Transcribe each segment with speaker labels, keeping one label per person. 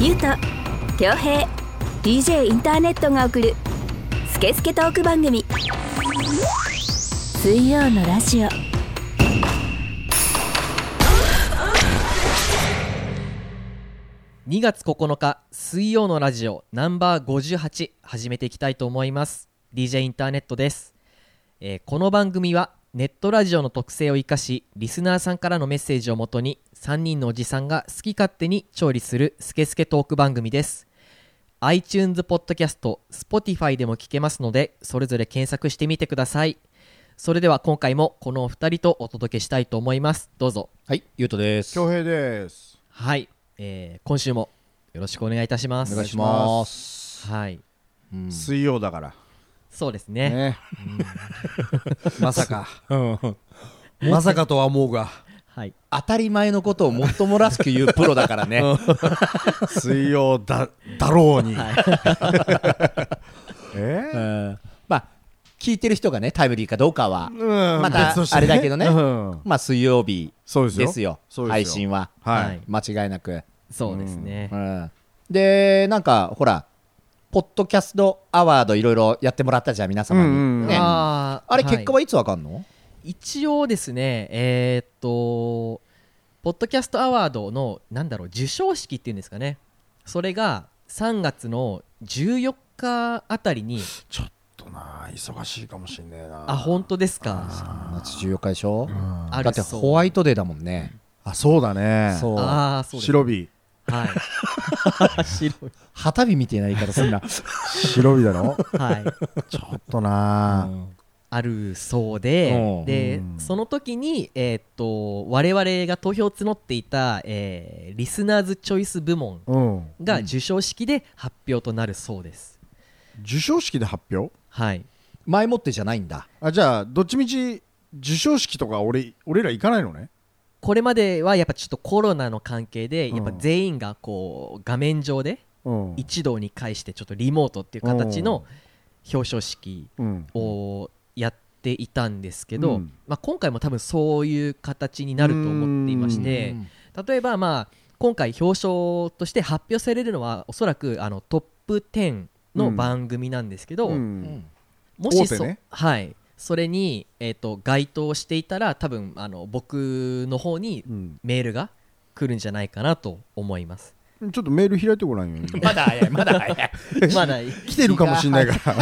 Speaker 1: ゆうと恭平 DJ インターネットが送る「スケスケトーク番組」水曜のラジオ
Speaker 2: 2月9日水曜のラジオナンバー58始めていきたいと思います DJ インターネットです、えーこの番組はネットラジオの特性を生かしリスナーさんからのメッセージをもとに3人のおじさんが好き勝手に調理するスケスケトーク番組です iTunes ポッドキャスト Spotify でも聞けますのでそれぞれ検索してみてくださいそれでは今回もこのお二人とお届けしたいと思いますどうぞ
Speaker 3: はい、ゆうとです。。
Speaker 4: 恭平です。
Speaker 2: はい、えー今週もよろしくお願いいたします
Speaker 4: お願いします
Speaker 2: はい
Speaker 3: うん
Speaker 4: 水曜だから。
Speaker 2: そうですね
Speaker 4: ね。
Speaker 3: まさか、
Speaker 4: うん。
Speaker 3: まさかとは思うが、
Speaker 2: はい
Speaker 3: 当たり前のことをもっともらしく言うプロだから ね。
Speaker 4: 水曜だ、だろうに。
Speaker 3: う
Speaker 4: え
Speaker 3: んまあ、聞いてる人がね、タイムリーかどうかは、
Speaker 4: えうん
Speaker 3: また
Speaker 4: 別としてね
Speaker 3: あれだけどね
Speaker 4: うん
Speaker 3: まあ、水曜日
Speaker 4: そうですよ。
Speaker 3: ですよ、
Speaker 4: そうです
Speaker 3: 配信は。
Speaker 4: は
Speaker 2: はいい。
Speaker 3: 間違いなく。
Speaker 2: そうですね
Speaker 3: う、んで、なんか、ほら、ポッドキャストアワードいろいろやってもらったじゃん、皆様
Speaker 4: うんうんう
Speaker 3: に。
Speaker 4: ん
Speaker 3: ねあ
Speaker 2: あー
Speaker 3: れ、結果
Speaker 2: は
Speaker 3: はいつわかんの
Speaker 2: い一応ですねえーっとポッドキャストアワードのなんだろう授賞式っていうんですかねそれが3月の14日あたりに
Speaker 4: ちょっとな、忙しいかもしんねえな。
Speaker 2: あ本当ですか
Speaker 3: 夏14日でしょ
Speaker 4: うん
Speaker 2: あ
Speaker 3: だ
Speaker 2: る
Speaker 3: って
Speaker 2: そう
Speaker 3: ホワイトデーだもんね。
Speaker 4: あ、そうだね。
Speaker 3: そう。
Speaker 2: ああそうです
Speaker 4: 白日。
Speaker 2: はい白
Speaker 3: 旗日みたいな言い方 すんな。
Speaker 4: 白日だろ
Speaker 2: いはい
Speaker 4: ちょっとな。
Speaker 2: あるそうで
Speaker 3: うん
Speaker 2: で
Speaker 4: うん
Speaker 2: その時に、えーっと我々が投票を募っていた、えーリスナーズチョイス部門
Speaker 4: うん。
Speaker 2: が授賞式で発表となるそうです、
Speaker 4: 授賞式で発表
Speaker 2: はい
Speaker 3: 前もってじゃないんだ。
Speaker 4: あ、じゃあ、どっちみち、授賞式とか俺、俺ら行かないのね。
Speaker 2: これまではやっぱちょっとコロナの関係で
Speaker 4: うん
Speaker 2: やっぱ全員がこう画面上で
Speaker 4: うん。
Speaker 2: 一堂に会してちょっとリモートっていう形の表彰式
Speaker 4: うん。
Speaker 2: をやっていたんですけど、
Speaker 4: うん
Speaker 2: まあ、今回も多分そういう形になると思っていまし
Speaker 3: う
Speaker 2: て
Speaker 3: ん
Speaker 2: 例えばまあ今回表彰として発表されるのはおそらくあのトップ10の番組なんですけど、
Speaker 4: うん
Speaker 2: もし
Speaker 4: 大手
Speaker 2: そ,、
Speaker 4: ね
Speaker 2: はい、それに、えー、と該当していたら多分あの僕の方に
Speaker 4: うん
Speaker 2: メールが来るんじゃないかなと思います。
Speaker 4: ちょっとメール開いてごらんよ。
Speaker 3: まだ早い、まだ早い。
Speaker 2: まだ
Speaker 4: 来てるかもしんないか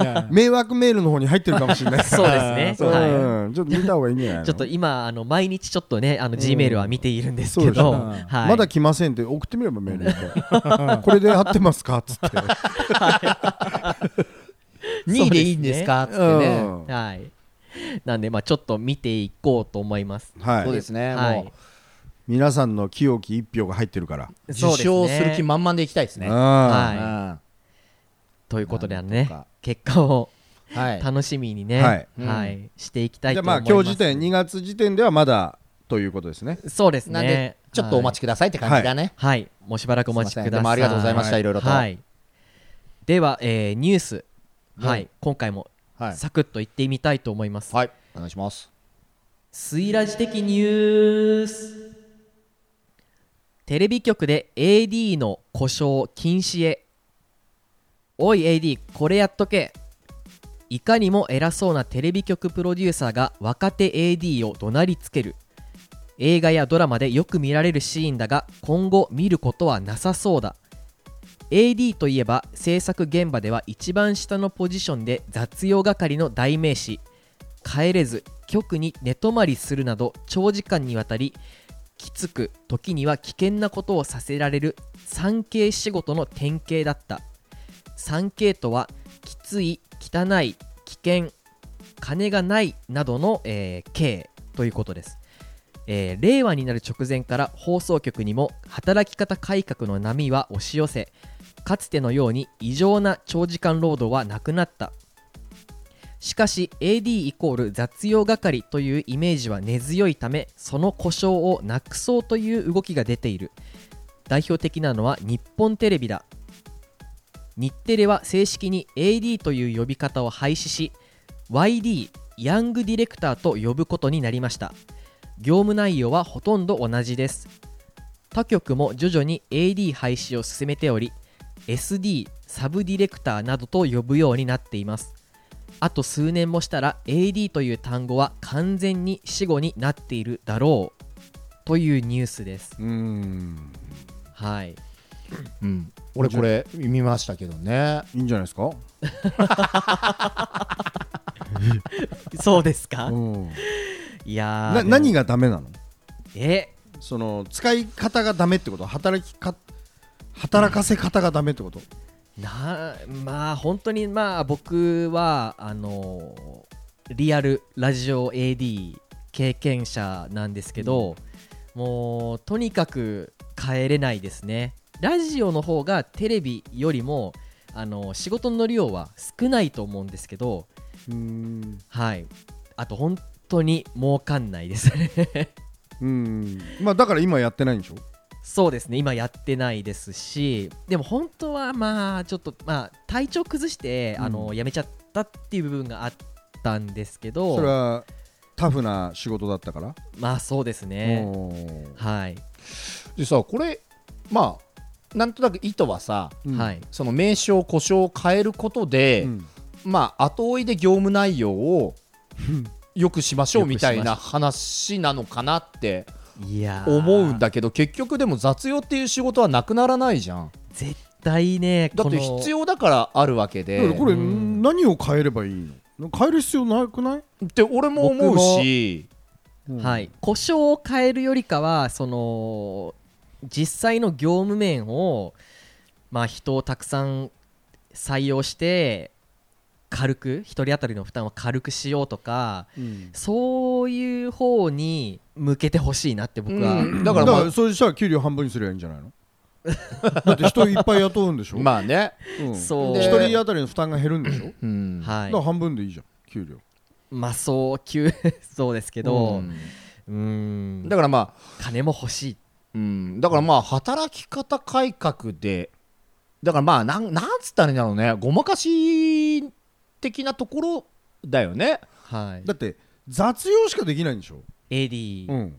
Speaker 4: ら。 迷惑メールの方に入ってるかもしんないから。
Speaker 2: そうですね、は
Speaker 4: うんちょっと見た方がいいんじゃないの
Speaker 2: い、ちょっと今あの毎日ちょっとねあの G メールは見ているんです
Speaker 4: そう
Speaker 2: け
Speaker 4: でしょ
Speaker 2: ど、
Speaker 4: うん
Speaker 2: はい、
Speaker 4: まだ来ませんって送ってみればメール でこれで合ってますかっつって
Speaker 3: 2位でいいんですかって
Speaker 4: う
Speaker 3: ね。
Speaker 4: ん
Speaker 2: はいなんでまあちょっと見ていこうと思います。
Speaker 4: はい
Speaker 3: そうですね。
Speaker 2: はい
Speaker 3: も
Speaker 4: 皆さんの清き一票が入ってるから
Speaker 3: う、
Speaker 2: そうです
Speaker 3: 受
Speaker 2: ね
Speaker 3: 賞する気満々でいきたいですね。
Speaker 4: うん
Speaker 3: うん
Speaker 2: は
Speaker 3: は
Speaker 2: ということであの
Speaker 3: なん
Speaker 2: ね
Speaker 3: とか
Speaker 2: 結果を
Speaker 3: い。
Speaker 2: 楽しみにね、
Speaker 4: は
Speaker 2: はいい
Speaker 3: うん
Speaker 2: していきたい
Speaker 4: じ
Speaker 2: と
Speaker 4: ゃあ
Speaker 2: 思い
Speaker 4: ま
Speaker 2: ま
Speaker 4: あ
Speaker 2: す。
Speaker 4: 今日時点2月時点ではまだということですね
Speaker 2: そうですね。
Speaker 3: なんで、ちょっとお待ち
Speaker 2: ち、
Speaker 3: くださいって感じだね。
Speaker 2: はい、もうしばらくお待ちください。
Speaker 3: すいませんでもありがとうございましたいろいろと
Speaker 2: はい。では、えーニュース、
Speaker 3: はい
Speaker 2: はい、今回も
Speaker 3: はい。
Speaker 2: サクッといってみたいと思います。
Speaker 3: はい。お願いします。
Speaker 2: スイラジ的ニューステレビ局で AD の故障禁止へおい AD これやっとけいかにも偉そうなテレビ局プロデューサーが若手 AD を怒鳴りつける映画やドラマでよく見られるシーンだが今後見ることはなさそうだ AD といえば制作現場では一番下のポジションで雑用係の代名詞帰れず局に寝泊まりするなど長時間にわたりきつく時には危険なことをさせられる産経仕事の典型だった産経とはきつい汚い危険金がないなどの、えー刑ということです、えー令和になる直前から放送局にも働き方改革の波は押し寄せかつてのように異常な長時間労働はなくなったしかし AD イコール雑用係というイメージは根強いためその故障をなくそうという動きが出ている代表的なのは日本テレビだ日テレは正式に AD という呼び方を廃止し YD ヤングディレクターと呼ぶことになりました業務内容はほとんど同じです他局も徐々に AD 廃止を進めており SD サブディレクターなどと呼ぶようになっていますあと数年もしたら AD という単語は完全に死語になっているだろうというニュースです
Speaker 4: うーん
Speaker 2: はい
Speaker 3: うん、俺これ見ましたけどね
Speaker 4: いいんじゃないですか
Speaker 2: そうですか
Speaker 4: うん
Speaker 2: いやー
Speaker 4: な
Speaker 2: でも
Speaker 4: 何がダメなの
Speaker 2: え
Speaker 4: その使い方がダメってこと働きか働かせ方がダメってこと
Speaker 2: なまあ本当にまあ僕はあのリアルラジオ AD 経験者なんですけど、もうとにかく帰れないですねラジオの方がテレビよりもあの仕事の量は少ないと思うんですけど
Speaker 4: うん
Speaker 2: はいあと本当に儲かんないです ね
Speaker 4: うんまあだから今やってないんでしょ
Speaker 2: そうですね今やってないですしでも本当はまあちょっとまあ体調崩して、
Speaker 4: うん
Speaker 2: あのやめちゃったっていう部分があったんですけど
Speaker 4: それはタフな仕事だったから、
Speaker 2: まあそうですねはい、
Speaker 3: でさこれまあなんとなく意図はさ
Speaker 2: はい
Speaker 3: その名称故障を変えることで、まあ後追いで業務内容をよくしましょう
Speaker 2: 良
Speaker 3: み
Speaker 2: くしま
Speaker 3: た
Speaker 2: しょう
Speaker 3: いな話なのかなって
Speaker 2: いやー
Speaker 3: 思うんだけど結局でも雑用っていう仕事はなくならないじゃん
Speaker 2: 絶対ね
Speaker 3: だっ
Speaker 2: こ
Speaker 3: て
Speaker 2: の
Speaker 3: 必要だからあるわけ
Speaker 4: だから
Speaker 3: で
Speaker 4: これ
Speaker 2: うん
Speaker 4: 何を変えればいいの変える必要なくない、
Speaker 3: って俺も思うし
Speaker 2: はい、故障を変えるよりかはその実際の業務面を、まあ、人をたくさん採用して軽く一人当たりの負担を軽くしようとか
Speaker 4: うん
Speaker 2: そういう方に向けてほしいなって僕は、
Speaker 3: うん
Speaker 4: だ
Speaker 3: だ
Speaker 4: か、
Speaker 3: かららまあ
Speaker 4: そうしたら給料半分にすればいいんじゃないのだって人いっぱい雇うんでし ょ、
Speaker 3: まあね、
Speaker 4: うん
Speaker 2: そう
Speaker 4: 一人当たりの負担が減るんでしょ、
Speaker 3: うん
Speaker 2: は
Speaker 4: だ
Speaker 2: い
Speaker 4: から半分でいいじゃん給料
Speaker 2: まあそう急 そうですけど
Speaker 3: うん
Speaker 2: うーん
Speaker 3: だからまあ
Speaker 2: 金も欲しい
Speaker 3: うん、だからまあ働き方改革でだからまあなんなんつったらいいんだろうねごまかし的なところだよね
Speaker 2: はい
Speaker 4: だって雑用しかできないんでしょ、
Speaker 2: AD、
Speaker 4: うん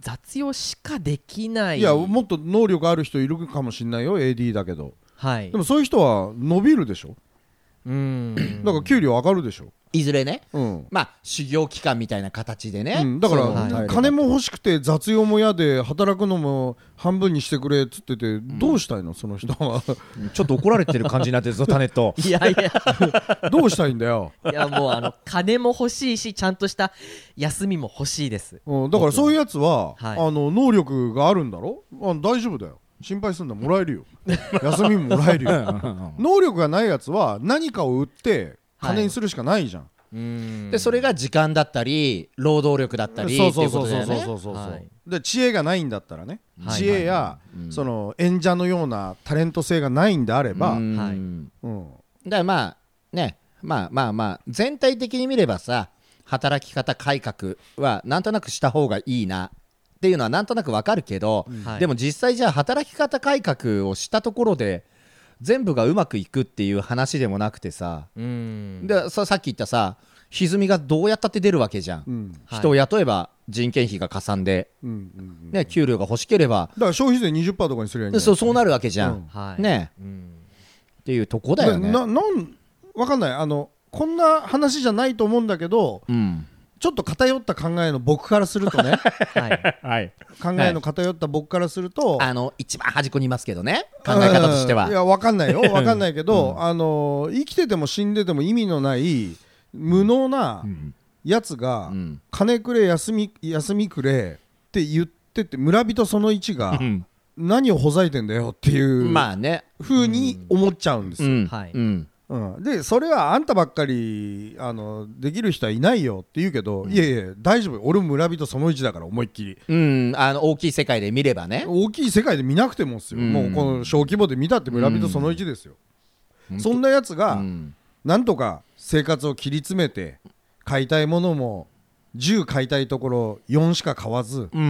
Speaker 2: 雑用しかできない
Speaker 4: いやもっと能力ある人いるかもしれないよ AD だけど
Speaker 2: はい
Speaker 4: でもそういう人は伸びるでしょ
Speaker 2: うーん
Speaker 4: だから給料上がるでしょ、
Speaker 3: いずれね
Speaker 4: うん
Speaker 3: まあ修行期間みたいな形でね、
Speaker 4: うん、だか
Speaker 3: その
Speaker 2: は
Speaker 4: ら
Speaker 2: い
Speaker 4: 金も欲しくて雑用も嫌で働くのも半分にしてくれっつっててどうしたいのその人は
Speaker 3: ちょっと怒られてる感じになってるぞタネット
Speaker 2: いやいや
Speaker 4: どうしたいんだよ、
Speaker 2: いやもうあの金も欲しいしちゃんとした休みも欲しいです
Speaker 4: うん、だからそういうやつは、
Speaker 2: はい
Speaker 4: あの能力があるんだろあ大丈夫だよ心配すんだもらえるよ休みももらえる よ能力がないやつは何かを売って金にするしかないじゃん、
Speaker 2: うーん
Speaker 3: でそれが時間だったり労働力だったり
Speaker 4: そうそう
Speaker 3: ってい
Speaker 4: そう
Speaker 3: ことだ
Speaker 4: そう
Speaker 3: よ
Speaker 4: そう
Speaker 3: ね
Speaker 4: そうそう、
Speaker 2: はい
Speaker 4: で知恵がないんだったらね、
Speaker 2: はい
Speaker 4: 知恵や、その演者のようなタレント性がないんであれば、
Speaker 3: うん
Speaker 2: はい
Speaker 4: うん
Speaker 3: だからまあねまあまあまあ全体的に見ればさ働き方改革はなんとなくした方がいいなっていうのはなんとなくわかるけど、
Speaker 2: はい
Speaker 3: でも実際じゃあ働き方改革をしたところで全部がうまくいくっていう話でもなくてさ、
Speaker 2: うーん
Speaker 3: でささっき言ったさ歪みがどうやったって出るわけじゃん、
Speaker 4: うん
Speaker 2: はい
Speaker 3: 人を雇えば人件費がかさんで、
Speaker 4: うんうん、
Speaker 3: ね、給料が欲しければ、
Speaker 4: だから消費税20%とかにすりゃいいんだよ
Speaker 3: そうそうなるわけじゃん、
Speaker 4: うん
Speaker 2: はい
Speaker 3: ね
Speaker 2: うん
Speaker 3: っていうとこだよね。
Speaker 4: ななんわかんないあのこんな話じゃないと思うんだけど
Speaker 3: うん
Speaker 4: ちょっと偏った考えの僕からするとね
Speaker 2: はい
Speaker 3: はい、
Speaker 4: 考えの偏った僕からすると、
Speaker 3: あの一番端っこにいますけどね考え方として
Speaker 4: う
Speaker 3: は
Speaker 4: んいやわかんないよわかんないけど、あの生きてても死んでても意味のない無能なやつが、
Speaker 3: ん
Speaker 4: 金くれ休み休みくれって言ってて村人その1が、
Speaker 3: うん
Speaker 4: 何をほざいてんだよっていう
Speaker 3: まあね
Speaker 4: 風に思っちゃうんです
Speaker 3: う
Speaker 4: よ、
Speaker 3: ん
Speaker 2: はい
Speaker 3: うん
Speaker 4: うんでそれはあんたばっかりあのできる人はいないよって言うけど、いやいや大丈夫俺も村人その1だから思いっきり
Speaker 3: うんあの大きい世界で見ればね
Speaker 4: 大きい世界で見なくてもっすよ、
Speaker 3: うん
Speaker 4: もうこの小規模で見たって村人その1ですよ、そんなやつが、
Speaker 3: うん
Speaker 4: なんとか生活を切り詰めて買いたいものも10買いたいところ4しか買わず
Speaker 3: うんう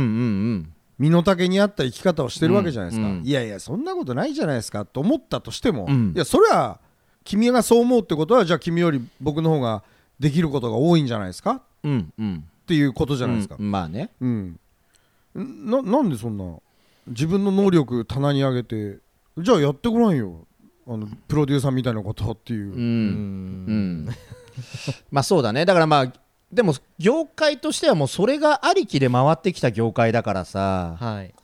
Speaker 3: ん
Speaker 4: 身の丈に合った生き方をしてるわけじゃないですか、
Speaker 3: うんうん
Speaker 4: いやいやそんなことないじゃないですかと思ったとしても、
Speaker 3: うん
Speaker 4: いやそれは君がそう思うってことはじゃあ君より僕の方ができることが多いんじゃないですか
Speaker 3: うんうん
Speaker 4: っていうことじゃないですか
Speaker 3: う、んまあね
Speaker 4: うん、ななんでそんな自分の能力棚に上げてじゃあやってごらんよあのプロデューサーみたいなことっていう、
Speaker 3: う
Speaker 2: うん
Speaker 3: うんん まあそうだねだからまあでも業界としてはもうそれがありきで回ってきた業界だからさ
Speaker 2: はい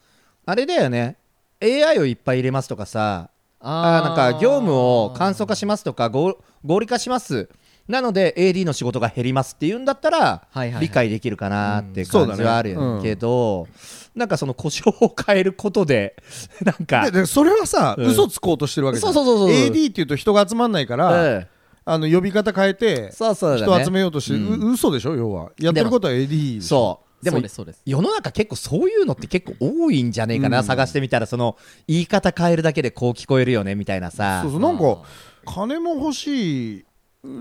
Speaker 3: あれだよね AI をいっぱい入れますとかさあー
Speaker 2: ー
Speaker 3: なんか業務を簡素化しますとか合合理化しますなので AD の仕事が減りますっていうんだったら
Speaker 2: はいはいはい
Speaker 3: 理解できるかなって
Speaker 4: うん
Speaker 3: 感
Speaker 4: そう
Speaker 3: じ
Speaker 4: だね
Speaker 3: はあるよ
Speaker 4: うん
Speaker 3: ねけどなんかその故障を変えることで なんか
Speaker 4: ででそれはさ、
Speaker 3: うん
Speaker 4: 嘘つこうとしてるわけじゃん
Speaker 3: そうそうそうそう
Speaker 4: AD っていうと人が集まんないから、
Speaker 3: うん
Speaker 4: あの呼び方変えて
Speaker 3: そうそうだね
Speaker 4: 人集めようとして、う
Speaker 3: う
Speaker 4: 嘘でしょ要はやってることは AD
Speaker 3: そうで
Speaker 2: そ
Speaker 3: も
Speaker 2: うですそうです
Speaker 3: 世の中結構そういうのって結構多いんじゃねえかな、
Speaker 4: うん
Speaker 3: 探してみたらその言い方変えるだけでこう聞こえるよねみたいなさ
Speaker 4: そうそうなんか金も欲しい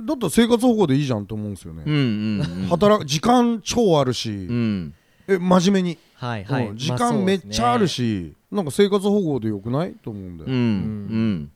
Speaker 4: だったら生活保護でいいじゃんと思うんですよね、
Speaker 3: うんうんうん
Speaker 4: 働く時間超あるし、
Speaker 3: うん
Speaker 4: え真面目に、
Speaker 2: はいはい、
Speaker 4: うん時
Speaker 2: まあ
Speaker 4: 間めっちゃある、し、なんか生活保護でよくないと思うんだ
Speaker 3: うんう
Speaker 4: よ、
Speaker 3: ん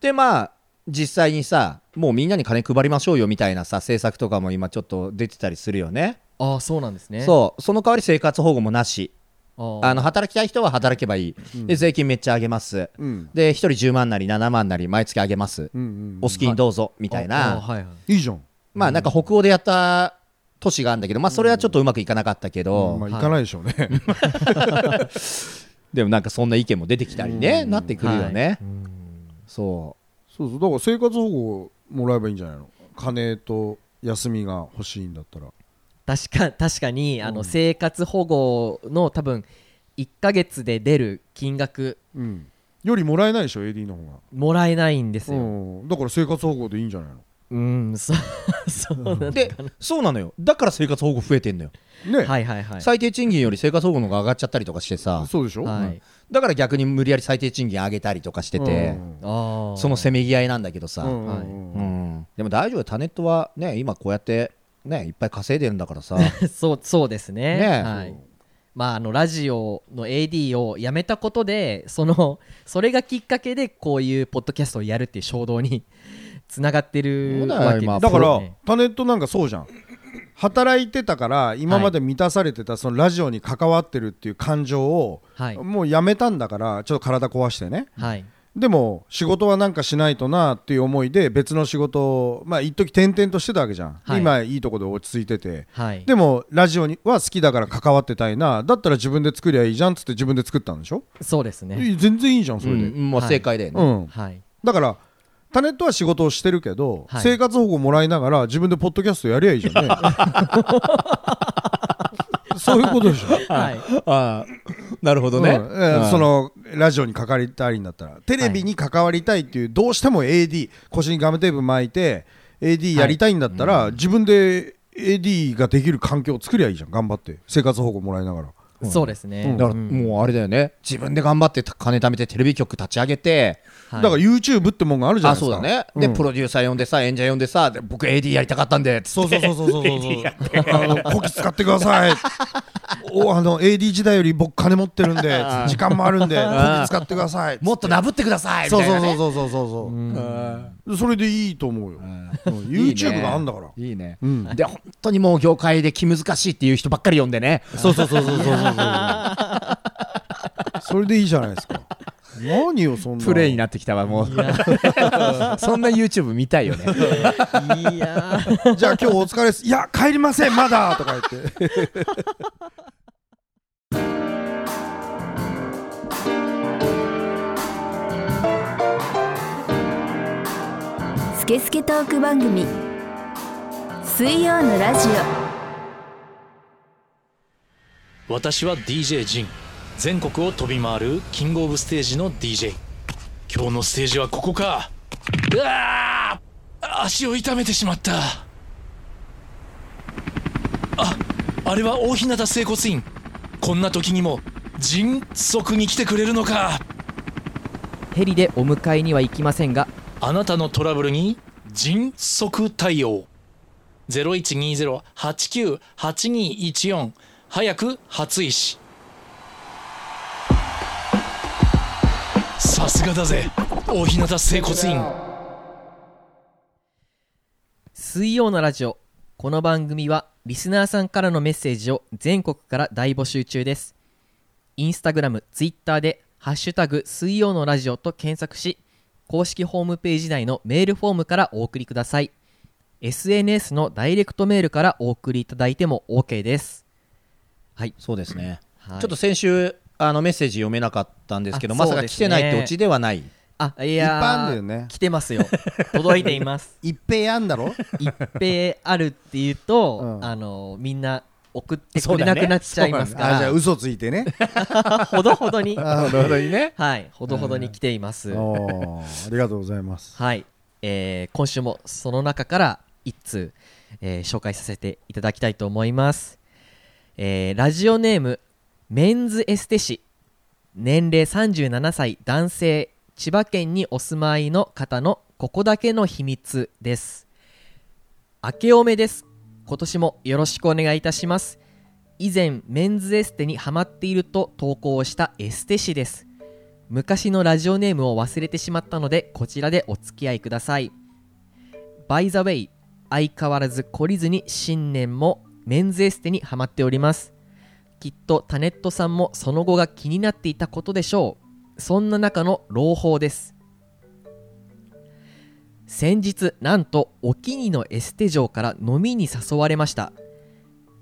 Speaker 3: でまあ実際にさもうみんなに金配りましょうよみたいなさ政策とかも今ちょっと出てたりするよね
Speaker 2: そうですねああそうなんですねう
Speaker 3: そうその代わり生活保護もなし
Speaker 2: あ
Speaker 3: あ
Speaker 2: の
Speaker 3: の働きたい人は働けばいい、で税金めっちゃ上げます
Speaker 4: うん
Speaker 3: で1人10万なり7万なり毎月上げます、
Speaker 4: うんうん
Speaker 3: お好きにどうぞみたいな、
Speaker 2: ああはいはい
Speaker 4: いいじゃん、
Speaker 3: まあなんか北欧でやった都市があるんだけど、まあそれはちょっとうまくいかなかったけど、
Speaker 4: まあ行かないでしょうね、
Speaker 3: でもなんかそんな意見も出てきたりね、なってくるよね。そ
Speaker 4: そうそうだから生活保護もらえばいいんじゃないの金と休みが欲しいんだったら
Speaker 2: 確か確かにあの生活保護の多分1ヶ月で出る金額
Speaker 4: うんよりもらえないでしょ AD の方が
Speaker 2: もらえないんです
Speaker 4: う
Speaker 2: よ
Speaker 4: んだから生活保護でいいんじゃないの
Speaker 2: うん、そそうなんだ
Speaker 3: う。で、そうなのよ。だから生活保護増えてんのよ。
Speaker 4: ね、
Speaker 2: はいはいはい
Speaker 3: 最低賃金より生活保護の方が上がっちゃったりとかしてさ、
Speaker 4: そうでしょ、
Speaker 2: は
Speaker 4: はい
Speaker 2: い、
Speaker 3: だから逆に無理やり最低賃金上げたりとかしてて、
Speaker 2: ああ
Speaker 3: そのせめぎ合いなんだけどさ、うん
Speaker 2: はい
Speaker 3: でも大丈夫よタネットはね、今こうやってね、いっぱい稼いでるんだからさ、
Speaker 2: そうそうですね
Speaker 3: ねえ
Speaker 2: はい、まああのラジオの AD をやめたことでその それがきっかけでこういうポッドキャストをやるっていう衝動につながってる
Speaker 3: そうだよ
Speaker 2: わけです
Speaker 3: 今
Speaker 2: よね
Speaker 4: だから、
Speaker 2: ね
Speaker 4: タネットなんかそうじゃん働いてたから今まで満たされてたそのラジオに関わってるっていう感情を、
Speaker 2: はい
Speaker 4: もうやめたんだからちょっと体壊してね
Speaker 2: はい
Speaker 4: でも仕事はなんかしないとなっていう思いで別の仕事をまあ一時転々としてたわけじゃん、
Speaker 2: はい
Speaker 4: 今いいとこで落ち着いてて
Speaker 2: はい
Speaker 4: でもラジオには好きだから関わってたいなだったら自分で作りゃいいじゃんっつって自分で作ったんでしょ、
Speaker 2: そうですね
Speaker 4: いい全然いいじゃんそれで、
Speaker 3: うんもう正解だよね。
Speaker 4: うん
Speaker 2: はい
Speaker 4: だからタネットは仕事をしてるけど、
Speaker 2: はい
Speaker 4: 生活保護もらいながら自分でポッドキャストやりゃいいじゃんねそういうことでしょ
Speaker 2: はい
Speaker 3: ああ、なるほどね。
Speaker 4: うんえー
Speaker 3: うん
Speaker 4: そのラジオに関わりたいんだったらテレビに関わりたいっていう、どうしても AD 腰にガムテープ巻いて AD やりたいんだったら、自分で AD ができる環境を作りゃいいじゃん頑張って生活保護もらいながら
Speaker 2: そうですね、
Speaker 3: だからもうあれだよね自分で頑張って金貯めてテレビ局立ち上げて
Speaker 2: はい
Speaker 4: だから YouTube ってもんがあるじゃな
Speaker 3: あ
Speaker 4: いです
Speaker 3: そ
Speaker 4: か
Speaker 3: うだねで
Speaker 4: うん
Speaker 3: プロデューサー呼んでさ演者呼んでさで僕 AD やりたかったんで
Speaker 4: そうそうそうそうそう そうそうあのこき使ってくだ さいおあの AD 時代より僕金持ってるんで時間もあるんでこき使ってください
Speaker 3: もっとなぶってくださいみ
Speaker 4: そう
Speaker 3: たい
Speaker 4: そう
Speaker 3: なね
Speaker 4: そうそうそうそうそうそれでいいと思うよ、うん
Speaker 3: いいね
Speaker 4: YouTube があんだから
Speaker 3: いいね
Speaker 4: うん
Speaker 3: で本当にもう業界で気難しいっていう人ばっかり呼んでね
Speaker 4: そうそうそうそうそうそうそうそれでいいじゃないですか何をそんな
Speaker 3: プレイになってきたわもう そんな YouTube 見たいよね
Speaker 2: いやー
Speaker 4: じゃあ今日お疲れですいや帰りませんまだとか 言って
Speaker 1: スケスケトーク番組水曜のラジオ
Speaker 5: 私は DJ ジン全国を飛び回るキングオブステージの DJ 今日のステージはここかうわあ足を痛めてしまったああれは大日向整骨院こんな時にも迅速に来てくれるのか
Speaker 2: ヘリでお迎えには行きませんが
Speaker 5: あなたのトラブルに迅速対応0120-89-8214早く初石さすがだぜ大日向整骨院
Speaker 2: 水曜のラジオこの番組はリスナーさんからのメッセージを全国から大募集中ですインスタグラムツイッターで「ハッシュタグ水曜のラジオ」と検索し公式ホームページ内のメールフォームからお送りください SNS のダイレクトメールからお送りいただいても OK ですはい
Speaker 3: そうですね、
Speaker 2: はい
Speaker 3: ちょっと先週あのメッセージ読めなかったんですけど
Speaker 2: あ
Speaker 3: ま
Speaker 2: そ
Speaker 3: さ
Speaker 2: う
Speaker 3: か
Speaker 2: で
Speaker 3: 来
Speaker 2: す
Speaker 3: て
Speaker 2: ね
Speaker 3: ないってオチではない
Speaker 2: あい
Speaker 4: いっぱい
Speaker 2: や
Speaker 4: あんだよね
Speaker 2: 来てますよ届いています
Speaker 4: 一平あんだ ろ
Speaker 2: 一平あるっていうと、
Speaker 4: うん
Speaker 2: あのみんな送ってくれなくなっちゃいますから
Speaker 4: あじゃあ嘘ついてね
Speaker 2: ほどほどに
Speaker 4: なるほどね
Speaker 2: はい、ほどほどに来ています。
Speaker 4: おーありがとうございます
Speaker 2: はい、えー今週もその中から一通、えー紹介させていただきたいと思います。えーラジオネームメンズエステ師年齢37歳男性千葉県にお住まいの方のここだけの秘密です明けおめです今年もよろしくお願いいたします以前メンズエステにハマっていると投稿をしたエステ師です昔のラジオネームを忘れてしまったのでこちらでお付き合いくださいバイザウェイ相変わらず懲りずに新年もメンズエステにハマっておりますきっとタネットさんもその後が気になっていたことでしょうそんな中の朗報です先日なんとお気に入りのエステ嬢から飲みに誘われました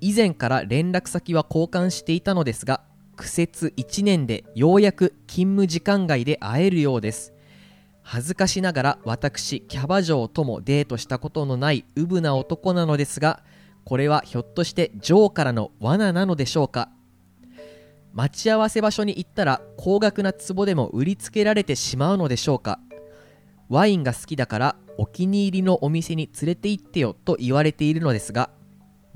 Speaker 2: 以前から連絡先は交換していたのですが苦節1年でようやく勤務時間外で会えるようです恥ずかしながら私キャバ嬢ともデートしたことのないウブな男なのですがこれはひょっとして嬢からの罠なのでしょうか待ち合わせ場所に行ったら高額な壺でも売りつけられてしまうのでしょうかワインが好きだからお気に入りのお店に連れて行ってよと言われているのですが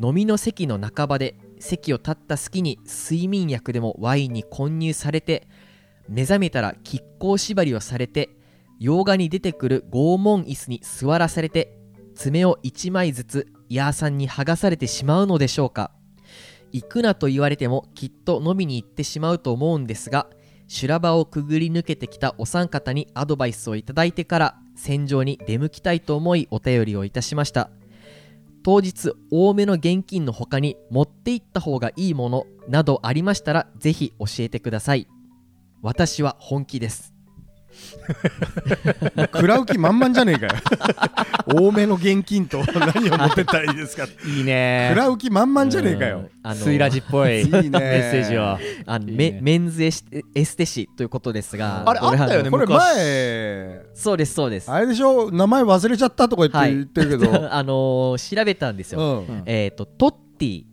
Speaker 2: 飲みの席の半ばで席を立った隙に睡眠薬でもワインに混入されて目覚めたら亀甲縛りをされて洋画に出てくる拷問椅子に座らされて爪を1枚ずつヤーさんに剥がされてしまうのでしょうか行くなと言われてもきっと飲みに行ってしまうと思うんですが修羅場をくぐり抜けてきたお三方にアドバイスをいただいてから戦場に出向きたいと思いお便りをいたしました当日多めの現金の他に持って行った方がいいものなどありましたらぜひ教えてください私は本気です
Speaker 4: 食らう気満々じゃねえか よ多めの現金と何を持ってったらいいですか食
Speaker 3: いいね
Speaker 4: らう気満々じゃねえか
Speaker 2: うん
Speaker 4: よ
Speaker 2: あの
Speaker 3: スイラジっぽい
Speaker 4: いいね
Speaker 3: メッセージを
Speaker 2: あの
Speaker 3: いい
Speaker 2: メ
Speaker 3: ね
Speaker 2: メンズエステエステ師ということですが
Speaker 3: あれ
Speaker 2: こ
Speaker 3: あったよね
Speaker 4: これ
Speaker 3: 昔
Speaker 4: 前
Speaker 2: そうですそうです
Speaker 4: あれでしょ名前忘れちゃったとか言って言ってるけ ど、
Speaker 2: あのー調べたんですよ、
Speaker 4: うん
Speaker 2: えっ、とトッティ